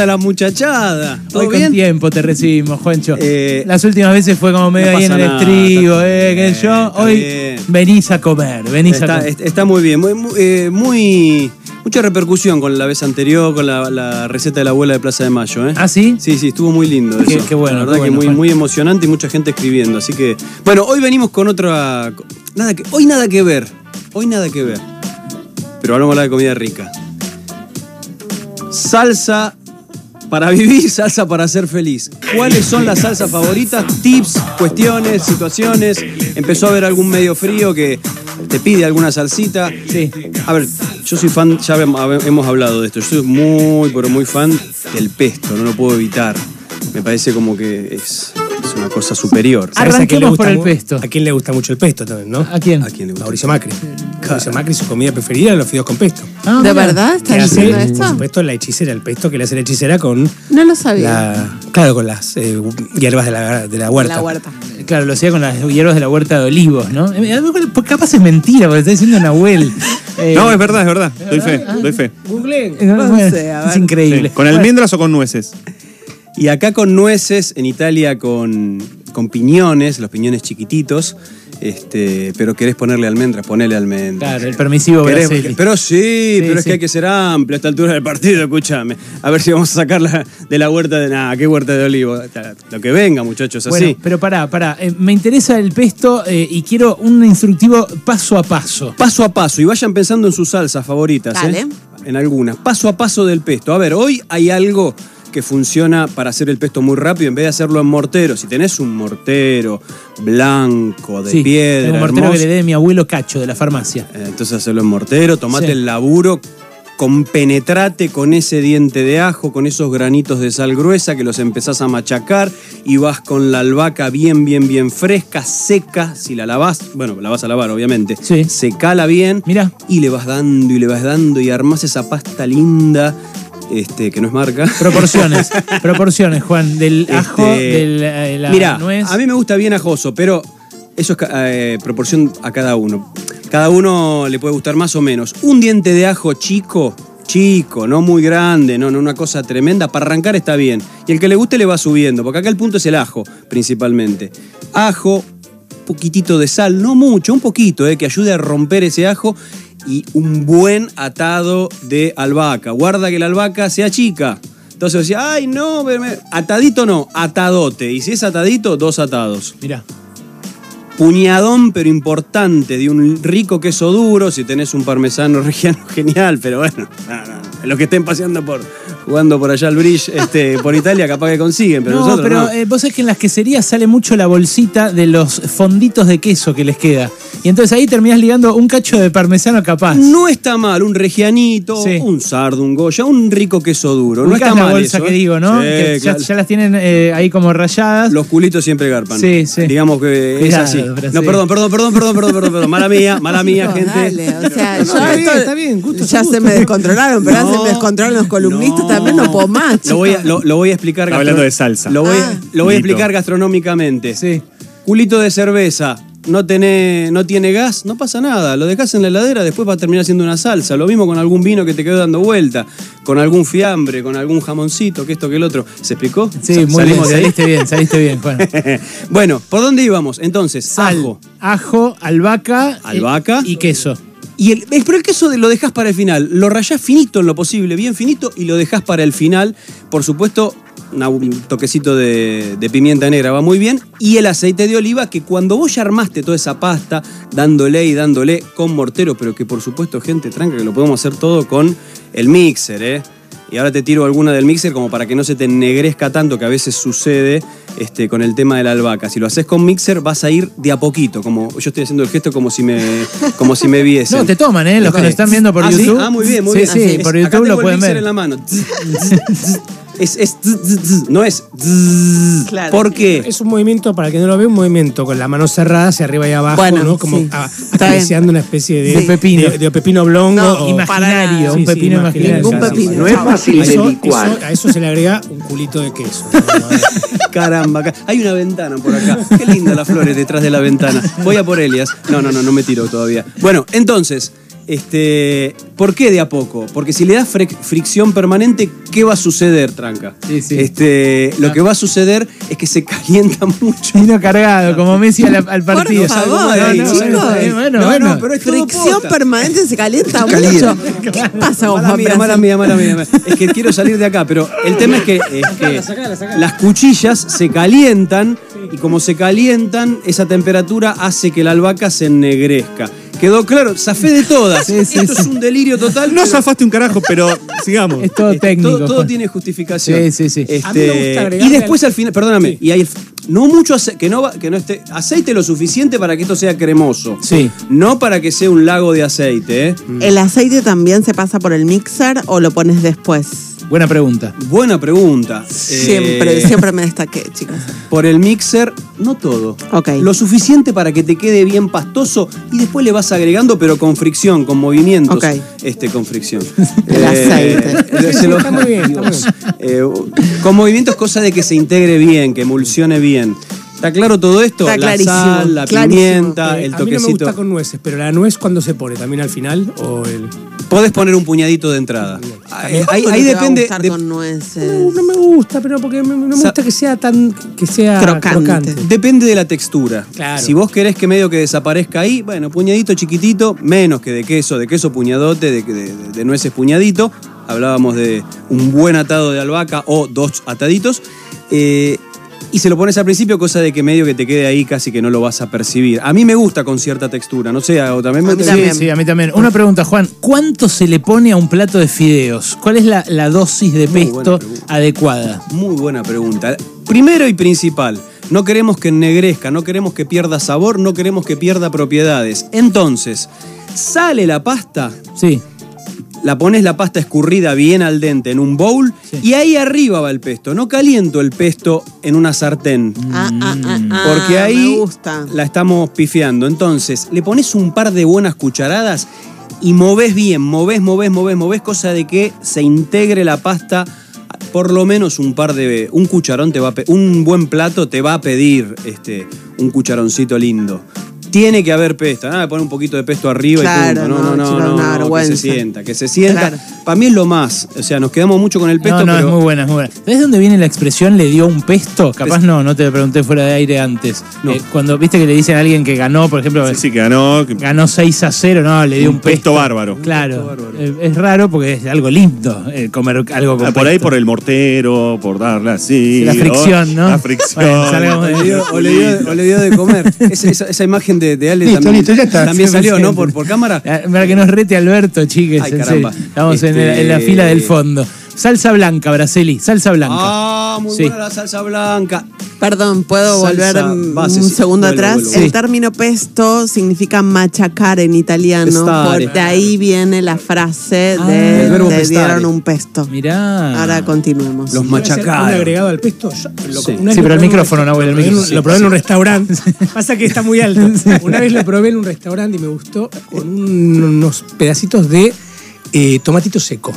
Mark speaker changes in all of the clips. Speaker 1: a la muchachada. ¿Todo
Speaker 2: Hoy con
Speaker 1: bien?
Speaker 2: tiempo te recibimos, Juancho.
Speaker 1: Eh,
Speaker 2: Las últimas veces fue como medio
Speaker 1: no
Speaker 2: ahí en
Speaker 1: pasa
Speaker 2: el
Speaker 1: nada,
Speaker 2: estribo,
Speaker 1: está
Speaker 2: eh,
Speaker 1: bien,
Speaker 2: que yo.
Speaker 1: está
Speaker 2: Hoy
Speaker 1: bien.
Speaker 2: venís a comer, venís a
Speaker 1: Está,
Speaker 2: comer.
Speaker 1: est- está muy bien. Muy, muy, eh, muy- mucha repercusión con la vez anterior, con la, la receta de la abuela de Plaza de Mayo. ¿eh?
Speaker 2: ¿Ah, sí?
Speaker 1: Sí, sí, estuvo muy lindo
Speaker 2: Qué-
Speaker 1: eso.
Speaker 2: qué bueno,
Speaker 1: La verdad
Speaker 2: qué
Speaker 1: que
Speaker 2: bueno,
Speaker 1: muy,
Speaker 2: Juan.
Speaker 1: muy emocionante y mucha gente escribiendo. Así que, bueno, hoy venimos con otra. co- Nada que, hoy nada que ver. Hoy nada que ver. Pero vamos a hablar de comida rica. Salsa para vivir, salsa para ser feliz. ¿Cuáles son las salsas favoritas? Tips, cuestiones, situaciones. Empezó a haber algún medio frío que te pide alguna salsita.
Speaker 2: Sí.
Speaker 1: A ver, yo soy fan, ya hem- hab- hemos hablado de esto, yo soy muy, pero muy fan del pesto, no lo puedo evitar. Me parece como que es, es una cosa superior.
Speaker 2: Ah,
Speaker 3: ¿Sabes a quién le
Speaker 2: Arranquemos
Speaker 3: gusta
Speaker 2: por el
Speaker 3: mu-
Speaker 2: pesto.
Speaker 3: ¿A quién le gusta mucho el pesto también, no?
Speaker 2: ¿A quién?
Speaker 1: ¿A quién le gusta?
Speaker 3: Mauricio Macri. Mauricio Macri, su comida preferida eran los fideos con pesto.
Speaker 2: Ah,
Speaker 4: ¿De
Speaker 2: mira.
Speaker 4: verdad
Speaker 3: ¿Qué
Speaker 4: están haciendo
Speaker 3: Por
Speaker 4: esto?
Speaker 3: supuesto, la hechicera, el pesto que le hace la hechicera con
Speaker 4: No lo sabía.
Speaker 3: la. Claro, con las eh, hierbas de la, de la huerta.
Speaker 4: La huerta.
Speaker 2: Claro, lo hacía con las hierbas de la huerta de olivos, ¿no? Eh, a lo mejor, pues, capaz es mentira, porque está diciendo Nahuel. Eh,
Speaker 5: No, es verdad, es verdad. Doy fe, doy fe.
Speaker 2: eh, bueno,
Speaker 4: no sé, a
Speaker 2: es
Speaker 4: ver.
Speaker 2: increíble.
Speaker 5: Sí. ¿Con almendras o con nueces?
Speaker 1: Y acá con nueces, en Italia con, con piñones, los piñones chiquititos, este, pero querés ponerle almendras, ponele almendras.
Speaker 2: Claro, el permisivo
Speaker 1: Querés-
Speaker 2: Braseli.
Speaker 1: pero sí, pero es
Speaker 2: sí.
Speaker 1: que hay que ser amplio a esta altura del partido, escúchame. A ver si vamos a sacarla de la huerta de. Nada, qué huerta de olivo. Lo que venga, muchachos, así.
Speaker 2: Bueno, pero pará, pará. Eh, me interesa el pesto eh, y quiero un instructivo paso a paso.
Speaker 1: paso a paso y vayan pensando en sus salsas favoritas.
Speaker 4: Dale.
Speaker 1: ¿eh? En algunas. Paso a paso del pesto. A ver, hoy hay algo que funciona para hacer el pesto muy rápido en vez de hacerlo en mortero. Si tenés un mortero blanco, de
Speaker 2: Sí,
Speaker 1: piedra,
Speaker 2: tengo un mortero que
Speaker 1: hermoso,
Speaker 2: le dé de mi abuelo Cacho de la farmacia.
Speaker 1: eh, entonces hacerlo en mortero, tomate
Speaker 2: Sí.
Speaker 1: el laburo, compenetrate con ese diente de ajo, con esos granitos de sal gruesa que los empezás a machacar y vas con la albahaca bien, bien, bien fresca, seca, si la lavás, bueno, la vas a lavar obviamente,
Speaker 2: Sí.
Speaker 1: secala bien
Speaker 2: Mirá.
Speaker 1: y le vas dando y le vas dando y armás esa pasta linda, este, que no es marca.
Speaker 2: Proporciones, proporciones, Juan, del ajo,
Speaker 1: Este,
Speaker 2: del, eh, la
Speaker 1: Mirá,
Speaker 2: nuez.
Speaker 1: a mí me gusta bien ajoso, pero eso es ca- eh, proporción a cada uno. Cada uno le puede gustar más o menos. Un diente de ajo chico, chico, no muy grande, no, no una cosa tremenda. Para arrancar está bien. Y el que le guste le va subiendo, porque acá el punto es el ajo, principalmente. Ajo, poquitito de sal, no mucho, un poquito, eh, que ayude a romper ese ajo. Y un buen atado de albahaca. Guarda que la albahaca sea chica. Entonces decía, ay, no, pero me- atadito no, atadote. Y si es atadito, dos atados.
Speaker 2: Mirá.
Speaker 1: Puñadón, pero importante, de un rico queso duro. Si tenés un parmesano regiano, genial, pero bueno, no, no. los que estén paseando por, jugando por allá al bridge, este, por Italia, capaz que consiguen, pero
Speaker 2: no,
Speaker 1: nosotros
Speaker 2: pero
Speaker 1: no.
Speaker 2: eh, vos sabés que en las queserías sale mucho la bolsita de los fonditos de queso que les queda. Y entonces ahí terminás ligando un cacho de parmesano capaz.
Speaker 1: No está mal un regianito,
Speaker 2: Sí.
Speaker 1: un sardo, un goya, un rico queso duro. no
Speaker 2: Ubicás
Speaker 1: está
Speaker 2: la
Speaker 1: mal
Speaker 2: bolsa
Speaker 1: eso,
Speaker 2: que
Speaker 1: ¿eh?
Speaker 2: digo, ¿no?
Speaker 1: Sí,
Speaker 2: Que ya,
Speaker 1: claro.
Speaker 2: ya las tienen eh, ahí como rayadas.
Speaker 1: Los culitos siempre garpan.
Speaker 2: Sí, sí.
Speaker 1: Digamos que
Speaker 2: Cuidado,
Speaker 1: es así.
Speaker 2: Brasil.
Speaker 1: No, perdón, perdón, perdón, perdón, perdón, perdón, perdón. Mala mía, mala mía,
Speaker 4: No,
Speaker 1: gente.
Speaker 4: dale, o sea, yo
Speaker 3: está bien,
Speaker 4: esto-
Speaker 3: está bien, gusto es
Speaker 4: ya
Speaker 3: gusto.
Speaker 4: se me descontrolaron, pero ahora se
Speaker 1: No,
Speaker 4: me descontrolan los columnistas
Speaker 1: no.
Speaker 4: también, no puedo más.
Speaker 1: Lo voy a,
Speaker 4: chicos.
Speaker 1: lo, lo voy a explicar.
Speaker 5: Está
Speaker 1: gastro-
Speaker 5: hablando de salsa.
Speaker 1: Lo voy,
Speaker 4: Ah.
Speaker 1: lo voy a
Speaker 5: Listo.
Speaker 1: explicar gastronómicamente.
Speaker 2: Sí.
Speaker 1: Culito de cerveza. No, tenés- no tiene gas, no pasa nada. Lo dejás en la heladera, después va a terminar siendo una salsa. Lo mismo con algún vino que te quedó dando vuelta, con algún fiambre, con algún jamoncito, que esto, que el otro. ¿Se explicó?
Speaker 2: Sí,
Speaker 1: Sa-
Speaker 2: muy bien.
Speaker 1: salimos de ahí.
Speaker 2: Saliste bien, saliste bien, Juan.
Speaker 1: bueno, ¿por dónde íbamos? Entonces,
Speaker 2: Sal,
Speaker 1: ajo.
Speaker 2: ajo, albahaca. eh,
Speaker 1: Albahaca.
Speaker 2: y queso.
Speaker 1: Y el, es- pero el queso de- lo dejas para el final. Lo rayás finito en lo posible, bien finito, y lo dejas para el final. Por supuesto, una- un toquecito de, de pimienta negra va muy bien. Y el aceite de oliva, que cuando vos ya armaste toda esa pasta, dándole y dándole con mortero, pero que por supuesto, gente, tranca, que lo podemos hacer todo con el mixer, ¿eh? Y ahora te tiro alguna del mixer como para que no se te ennegrezca tanto que a veces sucede este, con el tema de la albahaca. Si lo haces con mixer vas a ir de a poquito, como yo estoy haciendo el gesto como si me, como si me viesen.
Speaker 2: No, te toman, ¿eh? Los que nos están viendo por
Speaker 1: Ah, ¿sí?
Speaker 2: YouTube.
Speaker 1: Ah, muy bien, muy
Speaker 2: sí,
Speaker 1: bien.
Speaker 2: Sí,
Speaker 1: Es-
Speaker 2: por
Speaker 1: acá
Speaker 2: YouTube
Speaker 1: tengo
Speaker 2: lo
Speaker 1: el
Speaker 2: pueden
Speaker 1: mixer
Speaker 2: ver.
Speaker 1: en la mano. Es, es no es.
Speaker 4: Claro.
Speaker 1: ¿Por qué?
Speaker 3: Es un movimiento, para el que no lo ve, un movimiento con la mano cerrada hacia arriba y abajo,
Speaker 4: Bueno,
Speaker 3: ¿no? Como
Speaker 4: sí.
Speaker 3: a-
Speaker 4: Está
Speaker 3: acariciando una especie de,
Speaker 2: Sí. Un pepino.
Speaker 3: de, de pepino oblongo.
Speaker 4: No,
Speaker 3: o-
Speaker 2: Imaginario,
Speaker 4: Para-
Speaker 2: un
Speaker 3: Sí, sí,
Speaker 2: pepino imaginario.
Speaker 4: Ningún
Speaker 3: o sea,
Speaker 4: pepino.
Speaker 3: sí.
Speaker 6: No es fácil de
Speaker 3: Eso-
Speaker 6: licuar.
Speaker 3: eso- a eso se le agrega un culito de queso. ¿no?
Speaker 1: Caramba, acá- hay una ventana por acá. Qué linda las flores detrás de la ventana. Voy a por Elias. No, no, no, no me tiro todavía. Bueno, entonces, Este, ¿Por qué de a poco? Porque si le das fric- fricción permanente, ¿qué va a suceder, tranca?
Speaker 2: Sí, sí.
Speaker 1: Este, lo que va a suceder es que se calienta mucho.
Speaker 2: Vino cargado, como Messi a la- al, partido.
Speaker 4: Por favor,
Speaker 1: No, no,
Speaker 4: chicos.
Speaker 1: bueno,
Speaker 2: eh, Ah, bueno,
Speaker 1: no,
Speaker 2: bueno.
Speaker 1: no, pero es todo
Speaker 4: Fricción
Speaker 1: posta.
Speaker 4: permanente se calienta
Speaker 1: Calienta.
Speaker 4: mucho. ¿Qué pasa con
Speaker 1: Mala
Speaker 4: Juan
Speaker 1: mía,
Speaker 4: Brasil?
Speaker 1: mala mía, mala mía, mala mía. Es que quiero salir de acá, pero el tema es que, es que las cuchillas se calientan y como se calientan, esa temperatura hace que la albahaca se ennegrezca. Quedó claro, zafé de todas. Esto es un delirio total.
Speaker 5: No
Speaker 1: pero
Speaker 5: zafaste un carajo, pero sigamos.
Speaker 2: Es todo
Speaker 1: este,
Speaker 2: técnico.
Speaker 1: Todo, todo
Speaker 2: Juan.
Speaker 1: tiene justificación.
Speaker 2: Sí, sí, sí.
Speaker 1: Este,
Speaker 3: A mí me gusta agregarle
Speaker 1: y después
Speaker 3: al-
Speaker 1: al final, perdóname, y ahí el- no mucho ace- que no va- que no esté aceite lo suficiente para que esto sea cremoso.
Speaker 2: Sí.
Speaker 1: No para que sea un lago de aceite, ¿eh?
Speaker 4: ¿El aceite también se pasa por el mixer o lo pones después?
Speaker 2: Buena pregunta.
Speaker 1: Buena pregunta.
Speaker 4: Siempre,
Speaker 1: Eh,
Speaker 4: siempre me destaqué, chicos.
Speaker 1: Por el mixer, no todo.
Speaker 4: Ok.
Speaker 1: Lo suficiente para que te quede bien pastoso y después le vas agregando, pero con fricción, con movimientos.
Speaker 4: Ok.
Speaker 1: Este, con fricción. Eh,
Speaker 4: El aceite.
Speaker 1: se lo-
Speaker 3: Está muy bien, está muy bien.
Speaker 1: Eh, con movimientos, cosa de que se integre bien, que emulsione bien. ¿Está claro todo esto?
Speaker 4: Está
Speaker 1: la
Speaker 4: clarísimo,
Speaker 1: sal, la
Speaker 4: clarísimo.
Speaker 1: pimienta,
Speaker 3: Eh,
Speaker 1: el
Speaker 3: a mí no me
Speaker 1: toquecito.
Speaker 3: gusta con nueces, pero la nuez cuando se pone también al final o el
Speaker 1: Podés poner un puñadito de entrada. Eh, ahí
Speaker 4: ¿Cómo
Speaker 1: ahí
Speaker 4: no te va a
Speaker 1: depende.
Speaker 4: gustar
Speaker 1: de-
Speaker 4: con
Speaker 3: No,
Speaker 4: nueces.
Speaker 3: no me gusta, pero porque no me
Speaker 1: Sa-
Speaker 3: gusta que sea tan que sea
Speaker 4: Crocante.
Speaker 3: crocante.
Speaker 1: Depende de la textura.
Speaker 3: Claro.
Speaker 1: Si vos querés que medio que desaparezca ahí, bueno, puñadito chiquitito, menos que de queso, de queso puñadote, de, de- de nueces puñadito. Hablábamos de un buen atado de albahaca o dos ataditos. Eh, y se lo pones al principio, cosa de que medio que te quede ahí casi que no lo vas a percibir. A mí me gusta con cierta textura, no sé, o también me
Speaker 4: A mí también.
Speaker 2: Sí, sí, a mí también. Una pregunta, Juan. ¿Cuánto se le pone a un plato de fideos? ¿Cuál es la, la dosis de
Speaker 1: Muy buena
Speaker 2: pesto
Speaker 1: pregunta.
Speaker 2: adecuada?
Speaker 1: Muy buena pregunta. Primero y principal, no queremos que ennegrezca, no queremos que pierda sabor, no queremos que pierda propiedades. Entonces, sale la pasta,
Speaker 2: Sí.
Speaker 1: la pones la pasta escurrida bien al dente en un bowl
Speaker 2: Sí.
Speaker 1: y ahí arriba va el pesto. No caliento el pesto en una sartén.
Speaker 4: Ah, ah, ah, ah,
Speaker 1: Porque ahí
Speaker 4: Me gusta.
Speaker 1: la estamos pifiando. Entonces, le pones un par de buenas cucharadas y moves bien, moves, moves, moves, moves, cosa de que se integre la pasta. Por lo menos un par de. Un cucharón te va a pe- Un buen plato te va a pedir este, un cucharoncito lindo. Tiene que haber pesto. Nada, poner un poquito de pesto arriba
Speaker 4: Claro,
Speaker 1: y punto. No, no,
Speaker 4: no,
Speaker 1: no,
Speaker 4: chicos,
Speaker 1: no,
Speaker 4: una
Speaker 1: no, Que
Speaker 4: vergüenza.
Speaker 1: se sienta, que se sienta.
Speaker 4: Claro.
Speaker 1: Para mí es lo más. O sea, nos quedamos mucho con el pesto,
Speaker 2: no, no,
Speaker 1: pero.
Speaker 2: es muy buena, es muy buena. ¿Sabes dónde viene la expresión le dio un pesto? Capaz no, no te lo pregunté fuera de aire antes.
Speaker 1: No.
Speaker 2: Eh, cuando viste que le dicen a alguien que ganó, por ejemplo,
Speaker 5: Sí, sí, que ganó. que-
Speaker 2: ganó 6 a 0, no, le dio un,
Speaker 5: Un pesto bárbaro.
Speaker 2: Claro. Eh, es raro porque es algo lindo eh, comer algo con
Speaker 5: Ah, por ahí
Speaker 2: pesto.
Speaker 5: por el mortero, por darle así.
Speaker 2: La fricción, ¿no?
Speaker 5: La fricción.
Speaker 2: Bueno, salgamos de-
Speaker 1: O le dio- O le dio, o le dio de comer. Esa, esa- esa imagen de, de Ale
Speaker 6: Listo,
Speaker 1: también,
Speaker 6: listo, ya está.
Speaker 1: también
Speaker 6: Sí,
Speaker 1: salió,
Speaker 6: me
Speaker 1: ¿no?
Speaker 6: siento.
Speaker 1: Por, por cámara.
Speaker 2: Ah, Para que nos rete Alberto, chiques,
Speaker 1: Ay,
Speaker 2: en
Speaker 1: caramba.
Speaker 2: serio. Estamos en, la,
Speaker 1: Este-
Speaker 2: en la fila del fondo. Salsa blanca, Braceli, salsa blanca.
Speaker 1: Ah, muy
Speaker 2: Sí.
Speaker 1: buena la salsa blanca.
Speaker 4: Perdón, ¿puedo
Speaker 1: Salsa
Speaker 4: volver un-
Speaker 1: base,
Speaker 4: un
Speaker 1: sí.
Speaker 4: segundo
Speaker 1: Vuelvo,
Speaker 4: atrás?
Speaker 1: vuelvo,
Speaker 4: El
Speaker 1: vuelvo.
Speaker 4: término pesto significa machacar en italiano.
Speaker 1: Pestare.
Speaker 4: Por de ahí viene la frase
Speaker 2: Ah.
Speaker 4: de
Speaker 2: El
Speaker 1: verbo
Speaker 4: le
Speaker 1: pestare.
Speaker 4: dieron un pesto.
Speaker 2: Mirá.
Speaker 4: Ahora continuemos.
Speaker 1: Los
Speaker 3: Puede ser Un
Speaker 1: machacados.
Speaker 3: agregado al pesto. Yo lo-
Speaker 1: Sí.
Speaker 2: Sí,
Speaker 3: una vez lo
Speaker 2: pero el
Speaker 3: probé en un
Speaker 2: micrófono,
Speaker 3: restaurante,
Speaker 2: Nahuel, el
Speaker 3: lo probé en un-
Speaker 2: micro.
Speaker 3: Lo probé en
Speaker 2: Sí.
Speaker 3: un restaurante. Pasa que está muy alto. Una vez lo probé en un restaurante y me gustó con un- unos pedacitos de eh, tomatito seco.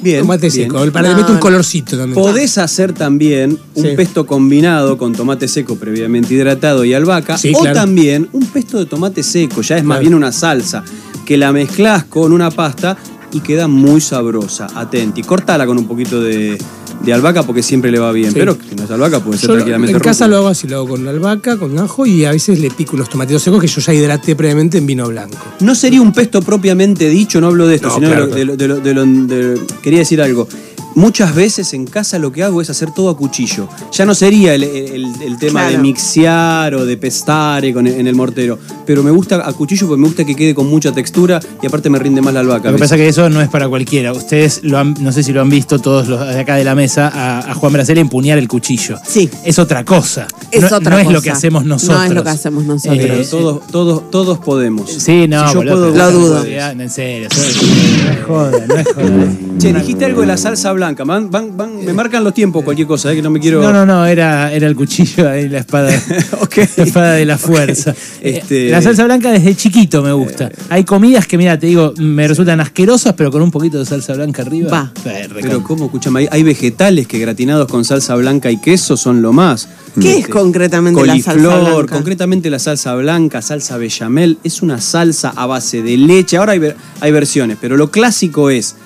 Speaker 1: Bien.
Speaker 3: tomate
Speaker 1: bien.
Speaker 3: seco. Para que le mete un
Speaker 4: No.
Speaker 3: colorcito también.
Speaker 1: Podés hacer también un
Speaker 3: Sí.
Speaker 1: pesto combinado con tomate seco previamente hidratado y albahaca.
Speaker 3: Sí,
Speaker 1: o
Speaker 3: claro.
Speaker 1: también un pesto de tomate seco, ya es más
Speaker 3: Claro.
Speaker 1: bien una salsa, que la mezclás con una pasta y queda muy sabrosa. Atenti. Cortala con un poquito de, de albahaca porque siempre le va bien.
Speaker 3: Sí.
Speaker 1: Pero si no es albahaca puede ser
Speaker 3: Yo
Speaker 1: tranquilamente
Speaker 3: en casa
Speaker 1: rúcula.
Speaker 3: lo hago así, lo hago con albahaca, con ajo y a veces le pico unos tomatitos secos que yo ya hidraté previamente en vino blanco.
Speaker 1: No sería un pesto propiamente dicho, no hablo de esto,
Speaker 3: No,
Speaker 1: sino de lo-
Speaker 3: claro.
Speaker 1: de lo- de lo- de lo- de- Quería decir algo. Muchas veces en casa lo que hago es hacer todo a cuchillo. Ya no sería el, el- el tema de
Speaker 4: Claro.
Speaker 1: mixear o de pestare con, en el mortero. Pero me gusta a cuchillo porque me gusta que quede con mucha textura y aparte me rinde más la albahaca.
Speaker 2: Lo
Speaker 1: a
Speaker 2: que
Speaker 1: veces.
Speaker 2: pasa que eso no es para cualquiera. Ustedes, lo han- no sé si lo han visto todos los de acá de la mesa, a, a Juan Braceli empuñar el cuchillo.
Speaker 4: Sí.
Speaker 2: Es otra cosa.
Speaker 4: Es
Speaker 2: no,
Speaker 4: otra
Speaker 2: no es lo
Speaker 4: cosa.
Speaker 2: que hacemos
Speaker 4: No es
Speaker 2: nosotros.
Speaker 4: lo que hacemos nosotros.
Speaker 1: Pero
Speaker 2: Eh,
Speaker 1: todos, todos, todos podemos.
Speaker 2: Sí, no,
Speaker 1: Si yo
Speaker 2: boludo,
Speaker 1: puedo,
Speaker 2: pero-
Speaker 4: Lo dudo.
Speaker 2: En serio, soy- no es joda, no es joda.
Speaker 1: Che, dijiste algo de la salsa blanca. Van- van- van- me marcan los tiempos cualquier cosa, eh, que no me quiero.
Speaker 2: No, no, no, era, era el cuchillo ahí, la espada.
Speaker 1: Ok.
Speaker 2: La espada de la fuerza. Eh,
Speaker 1: Este-
Speaker 2: La salsa blanca desde chiquito me gusta. Hay comidas que, mira, te digo, me resultan asquerosas, pero con un poquito de salsa blanca arriba.
Speaker 4: Va.
Speaker 2: eh,
Speaker 1: Pero
Speaker 2: recontra.
Speaker 1: cómo, escúchame, hay, hay vegetales que gratinados con salsa blanca y queso son lo más. Este,
Speaker 4: ¿Qué es concretamente la salsa
Speaker 1: Coliflor,
Speaker 4: blanca?
Speaker 1: concretamente la salsa blanca, salsa bechamel, es una salsa a base de leche. Ahora hay, ver- hay versiones, pero lo clásico es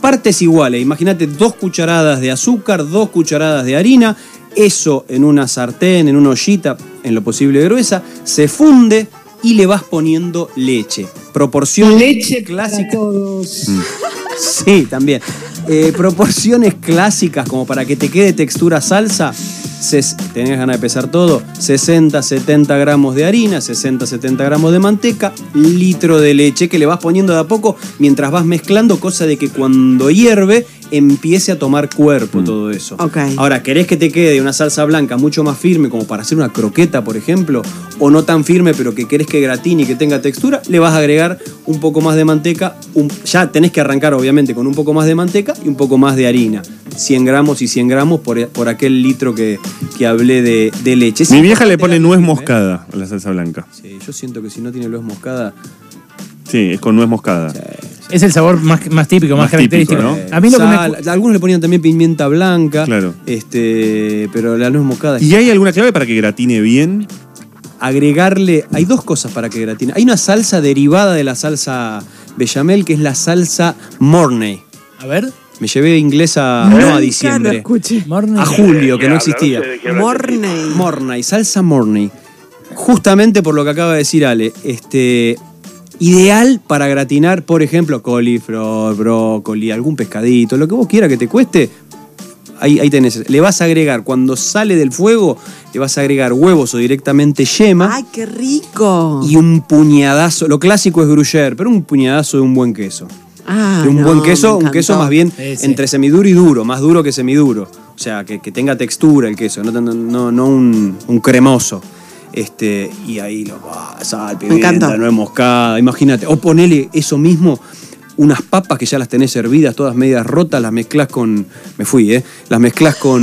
Speaker 1: partes iguales. Imagínate dos cucharadas de azúcar, dos cucharadas de harina, eso en una sartén, en una ollita, en lo posible gruesa, se funde y le vas poniendo leche. Proporción
Speaker 6: Leche
Speaker 1: clásica.
Speaker 6: para todos.
Speaker 1: Sí, también. Eh, proporciones clásicas, como para que te quede textura salsa. ses- tenés ganas de pesar todo. 60, 70 gramos de harina, 60, 70 gramos de manteca, litro de leche que le vas poniendo de a poco mientras vas mezclando, cosa de que cuando hierve empiece a tomar cuerpo todo eso.
Speaker 4: Ok.
Speaker 1: Ahora, ¿querés que te quede una salsa blanca mucho más firme, como para hacer una croqueta, por ejemplo? O no tan firme, pero que querés que gratine y que tenga textura, le vas a agregar un poco más de manteca. un- ya tenés que arrancar, obviamente, con un poco más de manteca y un poco más de harina. 100 gramos y 100 gramos por, por aquel litro que, que hablé de, de leche. Es
Speaker 5: Mi vieja le
Speaker 1: importante
Speaker 5: pone
Speaker 1: la
Speaker 5: nuez
Speaker 1: firme, ¿eh?
Speaker 5: moscada a la salsa blanca.
Speaker 1: Sí, yo siento que si no tiene nuez moscada,
Speaker 5: Sí, es con nuez moscada.
Speaker 2: Es el sabor más, más típico, más,
Speaker 5: Más típico,
Speaker 2: característico.
Speaker 5: ¿no?
Speaker 2: A mí lo que me-
Speaker 1: eh, sal- algunos le ponían también pimienta blanca.
Speaker 5: Claro.
Speaker 1: Este, pero la nuez moscada es
Speaker 5: ¿Y hay alguna clave para que gratine bien?
Speaker 1: agregarle. Hay dos cosas para que gratine. Hay una salsa derivada de la salsa bechamel, que es la salsa Morney.
Speaker 2: A ver.
Speaker 1: Me llevé inglés a, no, a diciembre.
Speaker 4: escuché.
Speaker 2: Morning.
Speaker 1: A julio, que no existía.
Speaker 4: Morney.
Speaker 1: Morney, salsa Morney. Justamente por lo que acaba de decir Ale, este, ideal para gratinar, por ejemplo, coliflor, brócoli, algún pescadito, lo que vos quieras que te cueste. Ahí, ahí tenés. Le vas a agregar, cuando sale del fuego, le vas a agregar huevos o directamente yema
Speaker 4: ¡Ay, qué rico!
Speaker 1: y un puñadazo. Lo clásico es gruyère, pero un puñadazo de un buen queso.
Speaker 4: Ah,
Speaker 1: de un
Speaker 4: no,
Speaker 1: buen
Speaker 4: me
Speaker 1: queso, un
Speaker 4: encantó.
Speaker 1: queso más bien
Speaker 2: Sí, sí.
Speaker 1: entre semiduro y duro, más duro que semiduro. O sea, que, que tenga textura el queso, no, no- no- no un, un cremoso. Este, y ahí lo va, sal, pimienta,
Speaker 4: encantó.
Speaker 1: nuez moscada, imagínate. O ponele eso mismo, unas papas que ya las tenés hervidas, todas medias rotas, las mezclas con. Me fui, ¿eh? Las mezclas con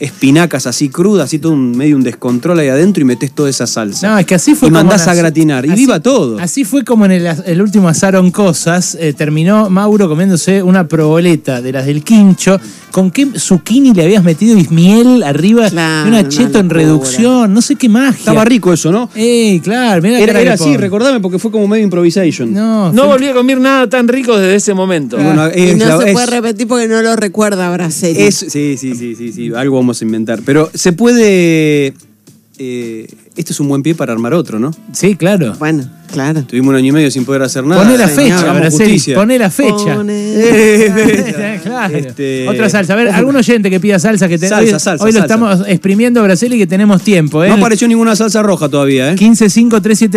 Speaker 1: espinacas así crudas, así todo un, medio un descontrol ahí adentro y metés toda esa salsa.
Speaker 2: No, es que así fue
Speaker 1: Y
Speaker 2: como
Speaker 1: mandás a
Speaker 2: nació-
Speaker 1: gratinar. Y
Speaker 2: así-
Speaker 1: viva todo.
Speaker 2: Así fue como en el, el último asaron cosas. eh, terminó Mauro comiéndose una proboleta de las del quincho. ¿Con qué zucchini le habías metido y miel arriba?
Speaker 4: Claro,
Speaker 2: y un
Speaker 4: una
Speaker 2: acheto en
Speaker 4: locura.
Speaker 2: reducción. No sé qué magia.
Speaker 1: Estaba rico eso, ¿no?
Speaker 2: Ey, claro, mira
Speaker 1: Era, era así, recordame, porque fue como medio improvisation.
Speaker 2: No,
Speaker 7: No
Speaker 2: fue-
Speaker 7: volví a comer nada tan rico desde ese momento.
Speaker 1: Y bueno,
Speaker 4: Y
Speaker 1: es
Speaker 4: no
Speaker 1: eh, la-
Speaker 4: se
Speaker 1: es-
Speaker 4: puede repetir porque no lo recuerda Braceli.
Speaker 1: es- sí, sí, sí, sí, sí, algo vamos a inventar. Pero se puede... eh, este es un buen pie para armar otro, ¿no?
Speaker 2: Sí, claro.
Speaker 4: Bueno, claro.
Speaker 1: Tuvimos un año y medio sin poder hacer nada.
Speaker 2: Poné la
Speaker 1: Señor,
Speaker 2: fecha,
Speaker 1: hagamos
Speaker 2: Braceli.
Speaker 1: justicia.
Speaker 2: Poné la fecha.
Speaker 4: Pone-
Speaker 2: Claro.
Speaker 1: Este-
Speaker 2: Otra salsa. A ver, algún oyente que pida salsa que te...
Speaker 1: Salsa,
Speaker 2: hoy,
Speaker 1: salsa,
Speaker 2: hoy lo
Speaker 1: salsa.
Speaker 2: estamos exprimiendo, Braceli, que tenemos tiempo. ¿eh?
Speaker 1: No apareció ninguna salsa roja todavía, ¿eh?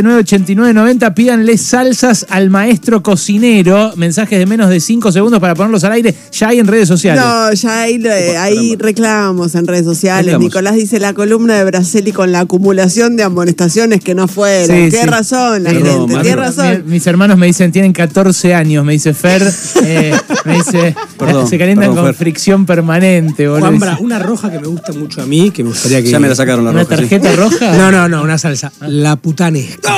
Speaker 2: 1553798990, pídanle salsas al maestro cocinero. Mensajes de menos de 5 segundos para ponerlos al aire. Ya hay en redes sociales.
Speaker 4: No, ya ahí, lo- eh, ahí reclamamos en redes sociales.
Speaker 1: Reclamos.
Speaker 4: Nicolás dice la columna de Braceli con la acumulación de amonestaciones que no fueron.
Speaker 2: Sí,
Speaker 4: Tiene
Speaker 2: sí.
Speaker 4: razón, la
Speaker 2: Sí.
Speaker 1: Perdón,
Speaker 4: gente,
Speaker 1: Maru.
Speaker 4: tiene
Speaker 1: Perdón,
Speaker 4: razón.
Speaker 2: Mi- mis hermanos me dicen, tienen 14 años, me dice Fer. Eh, me dice,
Speaker 1: Perdón,
Speaker 2: se calientan
Speaker 1: perdón,
Speaker 2: con
Speaker 1: Fer.
Speaker 2: fricción permanente, boludo.
Speaker 3: Juan Bra, una roja que me gusta mucho a mí, que me gustaría que.
Speaker 1: Ya me la sacaron la
Speaker 2: ¿Una
Speaker 1: roja. sí.
Speaker 2: tarjeta roja?
Speaker 3: No, no, no, una salsa. La putanesca.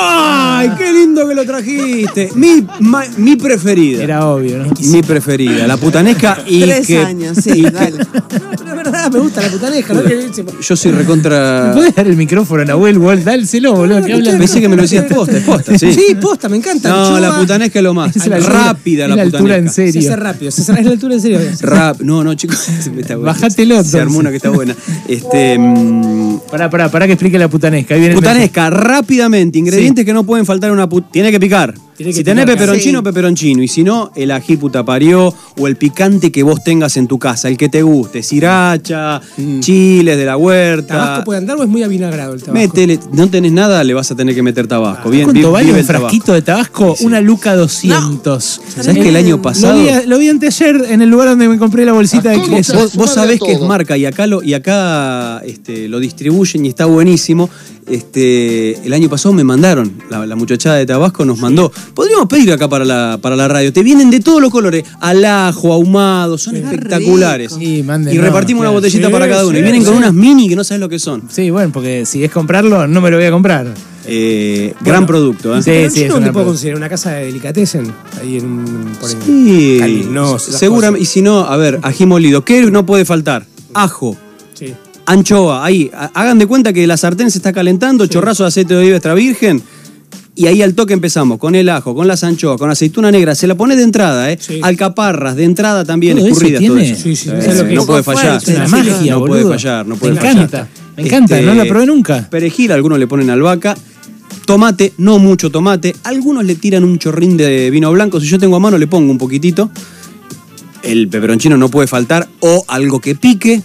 Speaker 1: ¡Ay, qué lindo que lo trajiste! Mi, ma- mi preferida.
Speaker 2: Era obvio, ¿no?
Speaker 1: mi preferida, la putanesca y
Speaker 4: Tres
Speaker 1: que-
Speaker 4: años, sí, dale.
Speaker 3: No, pero es verdad, me gusta la putanesca. ¿no? Que- se-
Speaker 1: Yo soy recontra...
Speaker 2: ¿Me ¿Puedes dar el micrófono a Nahuel, Bol? Dálselo, boludo. que habla-
Speaker 1: Pensé que me lo decías posta, es posta, sí.
Speaker 3: Sí, posta, me encanta.
Speaker 1: No,
Speaker 3: Yo-
Speaker 1: la putanesca es lo más.
Speaker 2: Es la altura-
Speaker 1: Rápida
Speaker 2: es
Speaker 1: la
Speaker 2: la altura en
Speaker 1: putanesca.
Speaker 2: serio.
Speaker 3: Se hace rápido, se hace- es la altura en serio.
Speaker 1: Rap, no, no, chicos. está buena.
Speaker 2: Bájatelo,
Speaker 1: Se
Speaker 2: entonces.
Speaker 1: armó una que está buena. Este, mm,
Speaker 2: Pará, pará, pará que explique la putanesca. Ahí viene el
Speaker 1: putanesca, rápidamente. Ingredientes que no pueden faltar en una put. Tiene que picar.
Speaker 3: Tiene que
Speaker 1: si tenés
Speaker 3: picar,
Speaker 1: peperoncino,
Speaker 4: sí.
Speaker 1: peperoncino. Y si no, el ají putaparió o el picante que vos tengas en tu casa, el que te guste. Siracha,
Speaker 2: Mm.
Speaker 1: chiles de la huerta.
Speaker 3: ¿Tabasco puede andar o es muy avinagrado el tabasco?
Speaker 1: Métele, no tenés nada, le vas a tener que meter tabasco. Bien,
Speaker 2: Ah. ¿Cuánto
Speaker 1: bien,
Speaker 2: vale
Speaker 1: vive
Speaker 2: un
Speaker 1: el tabasco.
Speaker 2: frasquito Eh, de Tabasco? Una Luca 200.
Speaker 1: ¿Sabés que el año pasado?
Speaker 2: Lo vi, a- lo vi anteayer en el lugar donde me compré la bolsita de
Speaker 1: Vos-
Speaker 2: queso.
Speaker 1: Vos, vos sabés que es marca y acá lo, y acá este, lo distribuyen y está buenísimo. Este, el año pasado me mandaron, la, la muchachada de Tabasco nos mandó. Podríamos pedir acá para la, para la radio. Te vienen de todos los colores, al ajo, ahumado, son espectaculares.
Speaker 4: rico.
Speaker 2: Y manden,
Speaker 1: Y
Speaker 2: no,
Speaker 1: repartimos
Speaker 2: claro.
Speaker 1: una botellita
Speaker 2: Sí,
Speaker 1: para cada uno.
Speaker 2: sí,
Speaker 1: y vienen con
Speaker 2: sí.
Speaker 1: unas mini que no sabes lo que son.
Speaker 2: Sí, bueno, porque si es comprarlo, no me lo voy a comprar.
Speaker 1: Eh, gran producto, ¿eh?
Speaker 2: Sí,
Speaker 3: Pero
Speaker 2: sí,
Speaker 3: yo
Speaker 2: es
Speaker 3: no
Speaker 2: una
Speaker 3: te puedo
Speaker 2: pro-
Speaker 3: considerar una casa de delicatessen ahí en un. por ahí.
Speaker 1: Sí.
Speaker 3: Calinos, esas
Speaker 1: Seguramente. Y si no, a ver, ají molido. ¿Qué no puede faltar? Ajo.
Speaker 3: cosas. Sí.
Speaker 1: Anchoa, ahí. Ha- Hagan de cuenta que la sartén se está calentando, chorrazo de aceite de oliva extra virgen. Y ahí al toque empezamos, con el ajo, con las anchoas, con aceituna negra. Se la pone de entrada, ¿eh?
Speaker 3: Sí.
Speaker 1: Alcaparras, de entrada también,
Speaker 2: ¿Todo eso
Speaker 1: escurridas todo
Speaker 2: tiene?
Speaker 1: eso.
Speaker 3: Sí, sí,
Speaker 1: Eh,
Speaker 3: sí.
Speaker 1: no puede
Speaker 4: Fuerte,
Speaker 1: fallar.
Speaker 2: Es una
Speaker 4: Sí,
Speaker 2: magia,
Speaker 1: no
Speaker 2: boludo.
Speaker 1: puede fallar, no puede
Speaker 2: Me
Speaker 1: fallar. Este,
Speaker 2: encanta, me encanta, no la probé nunca.
Speaker 1: Perejil, algunos le ponen albahaca. Tomate, no mucho tomate. Algunos le tiran un chorrín de vino blanco. Si yo tengo a mano, le pongo un poquitito. El peperoncino no puede faltar. O algo que pique.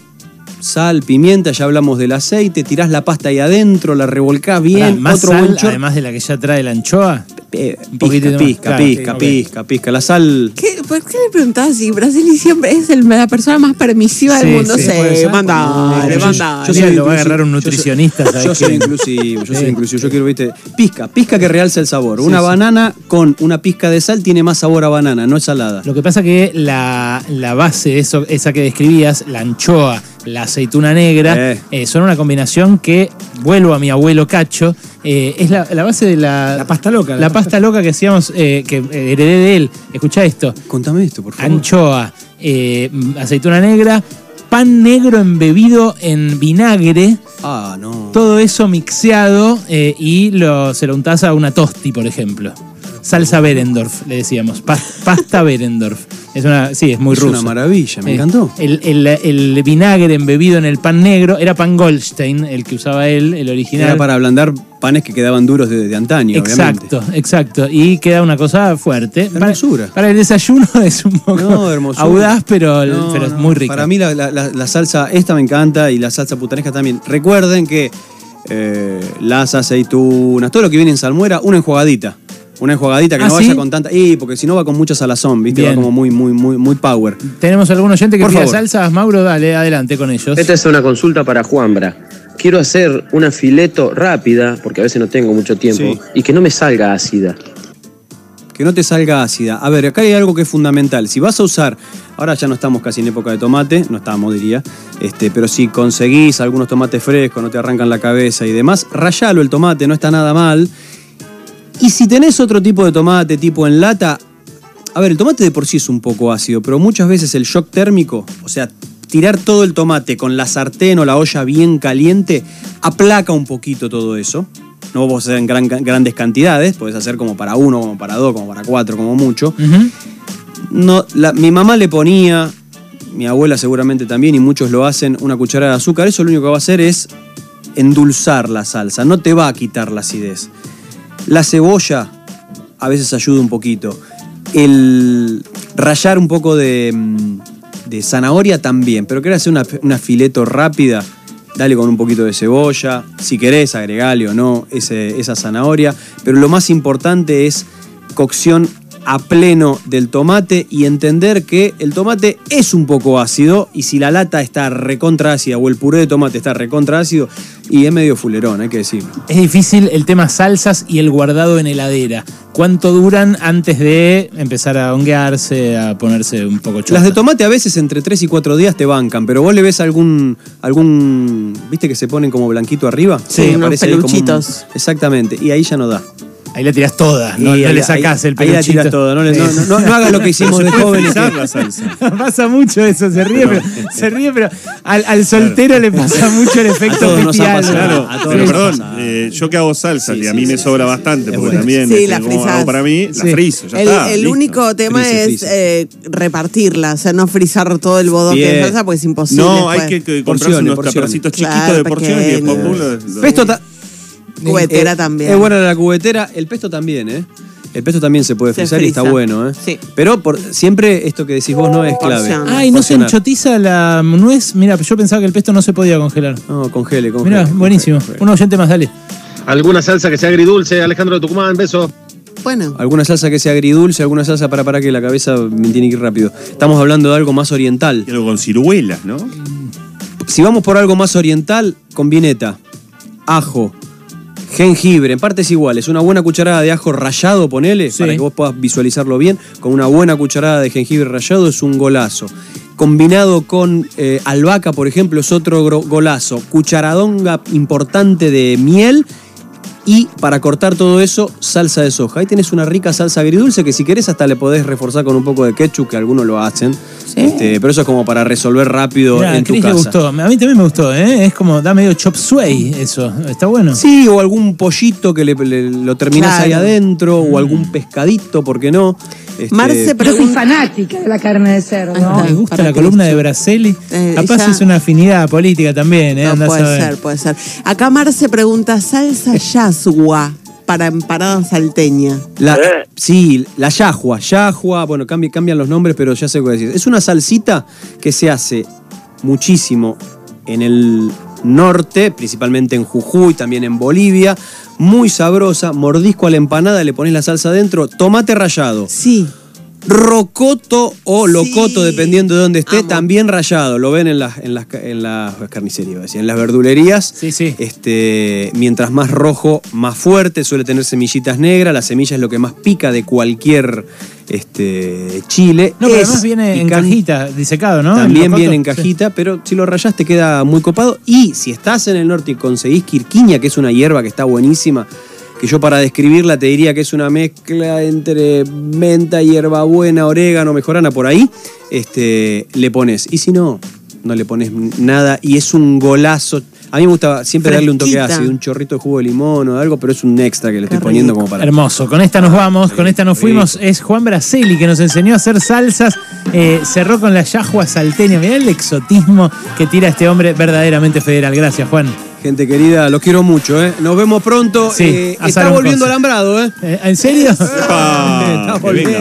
Speaker 1: Sal, pimienta, ya hablamos del aceite. Tirás la pasta ahí adentro, la revolcás bien.
Speaker 2: Pará, más
Speaker 1: otro
Speaker 2: sal,
Speaker 1: buen chor-
Speaker 2: además de la que ya trae la anchoa.
Speaker 1: Eh,
Speaker 2: un poquitito
Speaker 1: Pizca,
Speaker 2: más.
Speaker 1: pizca, pizca,
Speaker 2: Claro, sí, ok.
Speaker 1: pizca, pizca. La sal.
Speaker 4: ¿Qué, ¿Por qué le preguntás si Brasil siempre es el- la persona más permisiva
Speaker 2: Sí,
Speaker 4: del mundo?
Speaker 2: sí,
Speaker 4: Sí,
Speaker 2: puede ser.
Speaker 4: mandale,
Speaker 1: Yo- yo-
Speaker 4: mandale.
Speaker 1: yo soy
Speaker 2: Mira, lo va a
Speaker 1: inclusivo.
Speaker 2: agarrar un
Speaker 1: Yo soy-
Speaker 2: nutricionista, ¿sabes
Speaker 1: Yo soy
Speaker 2: qué?
Speaker 1: inclusivo, yo soy
Speaker 2: Sí.
Speaker 1: inclusivo. Yo quiero, viste, pizca, pizca que realza el sabor. una banana con una pizca de sal tiene más sabor a banana, no es salada.
Speaker 2: Lo que pasa que la, la base de eso, esa que describías, la anchoa, la aceituna negra,
Speaker 1: Eh.
Speaker 2: eh, son una combinación que, vuelvo a mi abuelo Cacho, eh, es la, la base de la...
Speaker 3: La pasta loca,
Speaker 2: La,
Speaker 3: la
Speaker 2: pasta,
Speaker 3: pasta-
Speaker 2: loca que hacíamos, eh, que eh, heredé de él. Escuchá esto.
Speaker 1: Contame esto, por favor.
Speaker 2: Anchoa, eh, aceituna negra, pan negro embebido en vinagre,
Speaker 1: Ah, no.
Speaker 2: todo eso mixeado eh, y lo, se lo untás a una tosti, por ejemplo. Salsa Berendorf, le decíamos. Pas- pasta Berendorf. Es una, sí, es muy
Speaker 1: Es
Speaker 2: rusa.
Speaker 1: una maravilla, me
Speaker 2: Eh,
Speaker 1: encantó.
Speaker 2: El, el- el vinagre embebido en el pan negro era pan Goldstein, el que usaba él, el original.
Speaker 1: Era para ablandar panes que quedaban duros de, de antaño,
Speaker 2: Exacto, exacto. Y queda una cosa fuerte. Para-
Speaker 1: Hermosura.
Speaker 2: Para, el desayuno es un poco
Speaker 1: obviamente. No, hermoso.
Speaker 2: audaz, pero,
Speaker 1: No,
Speaker 2: pero es
Speaker 1: no.
Speaker 2: muy rico.
Speaker 1: Para mí la, la- la- la salsa, esta me encanta y la salsa putanesca también. Recuerden que eh, las aceitunas, todo lo que viene en salmuera, una enjuagadita. Una enjuagadita que
Speaker 2: ¿Ah,
Speaker 1: no vaya
Speaker 2: sí?
Speaker 1: con tanta. Y porque si no va con mucha salazón, ¿viste?
Speaker 2: Bien.
Speaker 1: Va como muy, muy, muy, muy power.
Speaker 2: Tenemos algún oyente que
Speaker 1: Por
Speaker 2: pide
Speaker 1: favor.
Speaker 2: salsas. Mauro, dale, adelante con ellos.
Speaker 6: Esta Este es una consulta para Juanbra. Quiero hacer una fileto rápida, porque a veces no tengo mucho tiempo,
Speaker 1: Sí.
Speaker 6: y que no me salga ácida.
Speaker 1: Que no te salga ácida. A ver, acá hay algo que es fundamental. Si vas a usar, ahora ya no estamos casi en época de tomate, no estamos, diría, este, pero si conseguís algunos tomates frescos, no te arrancan la cabeza y demás, rayalo el tomate, no está nada mal. Y si tenés otro tipo de tomate, tipo en lata, a ver, el tomate de por sí es un poco ácido, pero muchas veces el shock térmico, o sea, tirar todo el tomate con la sartén o la olla bien caliente, aplaca un poquito todo eso. No vos hacer en gran- grandes cantidades, podés hacer como para uno, como para dos, como para cuatro, como mucho.
Speaker 2: Ujú.
Speaker 1: No, la- mi mamá le ponía, mi abuela seguramente también, y muchos lo hacen, una cucharada de azúcar. Eso lo único que va a hacer es endulzar la salsa, no te va a quitar la acidez. La cebolla a veces ayuda un poquito. El rallar un poco de, mm, de zanahoria también, pero querés hacer una, una fileto rápida, dale con un poquito de cebolla, si querés agregale o no ese- esa zanahoria, pero lo más importante es cocción a pleno del tomate y entender que el tomate es un poco ácido y si la lata está recontra ácida o el puré de tomate está recontra ácido y es medio fulerón, hay que decirlo.
Speaker 2: Es difícil el tema salsas y el guardado en heladera. ¿Cuánto duran antes de empezar a honguearse, a ponerse un poco chota?
Speaker 1: Las de tomate a veces entre 3 y 4 días te bancan, pero vos le ves algún. algún ¿Viste que se ponen como blanquito arriba?
Speaker 4: Sí, unos
Speaker 1: aparece ahí como un-
Speaker 4: peluchitos.
Speaker 1: exactamente, y ahí ya no da.
Speaker 2: Ahí la tirás toda, no,
Speaker 1: Y
Speaker 2: no
Speaker 1: ahí-
Speaker 2: le sacás
Speaker 1: ahí-
Speaker 2: el
Speaker 1: Ahí la
Speaker 2: peluchito.
Speaker 1: tiras todo, no, le- no, no- no- no hagas lo que hicimos de jóvenes.
Speaker 5: Frizar la salsa.
Speaker 2: pasa mucho eso, se ríe, pero, se ríe, pero al, al soltero le pasa mucho el
Speaker 1: A
Speaker 2: efecto
Speaker 1: todos nos ha
Speaker 2: Pepe
Speaker 1: pasado.
Speaker 2: Alba.
Speaker 5: Claro,
Speaker 1: A todos
Speaker 5: pero
Speaker 1: nos
Speaker 5: perdón,
Speaker 1: pasa.
Speaker 5: eh, yo que hago salsa
Speaker 1: Sí,
Speaker 5: y a
Speaker 1: sí,
Speaker 5: mí
Speaker 1: sí,
Speaker 5: me
Speaker 1: sí,
Speaker 5: sobra
Speaker 1: sí,
Speaker 5: bastante,
Speaker 1: es
Speaker 5: porque
Speaker 1: bueno.
Speaker 5: también
Speaker 4: Sí,
Speaker 5: este,
Speaker 4: la
Speaker 5: como
Speaker 4: frizás.
Speaker 5: hago para mí,
Speaker 2: Sí.
Speaker 5: la frizo, ya
Speaker 4: el,
Speaker 5: está.
Speaker 4: el
Speaker 5: listo.
Speaker 4: único tema
Speaker 1: Frice,
Speaker 4: es
Speaker 1: frice.
Speaker 4: eh, repartirla, o sea, no frizar todo el bodoque de
Speaker 1: Bien.
Speaker 4: salsa porque es imposible.
Speaker 5: No, hay que,
Speaker 4: después.
Speaker 5: que comprarse
Speaker 1: pues. Porciones,
Speaker 5: unos
Speaker 1: porciones.
Speaker 5: tapercitos chiquitos
Speaker 4: Claro,
Speaker 5: de porciones y después
Speaker 4: pequeños.
Speaker 5: uno los-
Speaker 1: Pesto ta-
Speaker 4: Cubetera
Speaker 1: eh,
Speaker 4: también.
Speaker 1: Es buena la cubetera, el pesto también, ¿eh? El pesto también se puede
Speaker 4: Se
Speaker 1: frizar y está
Speaker 4: frisa.
Speaker 1: bueno, ¿eh?
Speaker 4: Sí.
Speaker 1: Pero por, siempre esto que decís vos no es clave.
Speaker 4: Porción.
Speaker 2: Ay, no se
Speaker 1: Porcionar.
Speaker 2: enchotiza la nuez. Mira, yo pensaba que el pesto no se podía congelar.
Speaker 1: No, congele, congele.
Speaker 2: Mira,
Speaker 1: congele,
Speaker 2: buenísimo.
Speaker 1: congele.
Speaker 2: Un oyente más, dale.
Speaker 8: ¿Alguna salsa que sea agridulce? Alejandro de Tucumán, beso.
Speaker 4: Bueno,
Speaker 1: Alguna salsa que sea agridulce, alguna salsa para para que la cabeza me tiene que ir rápido. Estamos hablando de algo más oriental.
Speaker 5: Y algo con ciruelas, ¿no?
Speaker 1: Si vamos por algo más oriental, combineta, ajo, jengibre, en partes iguales, una buena cucharada de ajo rallado, ponele,
Speaker 2: Sí.
Speaker 1: para que vos puedas visualizarlo bien, con una buena cucharada de jengibre rallado es un golazo. Combinado con eh, albahaca, por ejemplo, es otro gro- golazo. Cucharadonga importante de miel Y para cortar todo eso, salsa de soja. Ahí tenés una rica salsa agridulce que si querés hasta le podés reforzar con un poco de ketchup, que algunos lo hacen. Este, pero eso es como para resolver rápido
Speaker 2: Mirá,
Speaker 1: en tu
Speaker 2: Cris le
Speaker 1: casa.
Speaker 2: gustó. A mí también me gustó, ¿eh? Es como, da medio chop suey eso. Está bueno.
Speaker 1: Sí, o algún pollito que le, le- lo terminás
Speaker 4: Claro. Mm.
Speaker 1: ahí adentro, o algún pescadito, ¿por qué no? Este,
Speaker 4: Marce
Speaker 9: Yo soy
Speaker 4: pregunta.
Speaker 9: fanática de la carne de cerdo.
Speaker 4: Ahí está.
Speaker 2: Me gusta
Speaker 4: para
Speaker 2: la
Speaker 4: que
Speaker 2: columna
Speaker 4: les-
Speaker 2: de Braceli.
Speaker 4: Eh,
Speaker 2: Capaz
Speaker 4: ya-
Speaker 2: es una afinidad política también, ¿eh?
Speaker 4: No,
Speaker 2: Andá a
Speaker 4: puede
Speaker 2: saber.
Speaker 4: ser, puede ser. Acá Marce pregunta salsa yasua para empanada salteña.
Speaker 1: La, Sí, la yahua, yahua, bueno, cambi- cambian los nombres, pero ya sé qué decir. Es una salsita que se hace muchísimo en el norte, principalmente en Jujuy, también en Bolivia, muy sabrosa, mordisco a la empanada, le pones la salsa adentro, tomate rallado,
Speaker 4: Sí.
Speaker 1: rocoto o
Speaker 4: Sí.
Speaker 1: locoto, dependiendo de dónde esté,
Speaker 4: Amo.
Speaker 1: también rallado, lo ven en las, en las, ca- en las carnicerías, iba a decir, en las verdulerías.
Speaker 2: Sí, sí.
Speaker 1: Este, mientras más rojo, más fuerte, suele tener semillitas negras. La semilla es lo que más pica de cualquier este, chile.
Speaker 2: No, pero
Speaker 1: Es
Speaker 2: además viene en
Speaker 1: picante.
Speaker 2: cajita, disecado, ¿no? El
Speaker 1: También
Speaker 2: locoto.
Speaker 1: viene en
Speaker 2: Sí.
Speaker 1: cajita, pero si lo rayas te queda muy copado. Y si estás en el norte y conseguís quirquiña, que es una hierba que está buenísima, que yo para describirla te diría que es una mezcla entre menta, hierbabuena, orégano, mejorana, por ahí, este, le pones. Y si no, no le pones nada y es un golazo. A mí me gusta siempre darle un toque
Speaker 4: Fresquita.
Speaker 1: ácido, un chorrito de jugo de limón o algo, pero es un extra que le estoy
Speaker 4: Qué
Speaker 1: poniendo
Speaker 4: rico.
Speaker 1: como para...
Speaker 2: Hermoso, con esta nos vamos, con esta nos
Speaker 1: rico.
Speaker 2: fuimos. Es Juan Braceli que nos enseñó a hacer salsas, eh, cerró con la yahua salteña. Mirá el exotismo que tira este hombre verdaderamente federal. Gracias, Juan.
Speaker 1: Gente querida, los quiero mucho, ¿eh? Nos vemos pronto.
Speaker 2: Sí,
Speaker 1: Eh, está
Speaker 2: asaron
Speaker 1: volviendo
Speaker 2: cosas.
Speaker 1: alambrado, ¿eh?
Speaker 2: Eh, ¿En serio?
Speaker 5: ¡Epa!
Speaker 1: Está
Speaker 5: Ah, ¡Qué lindo!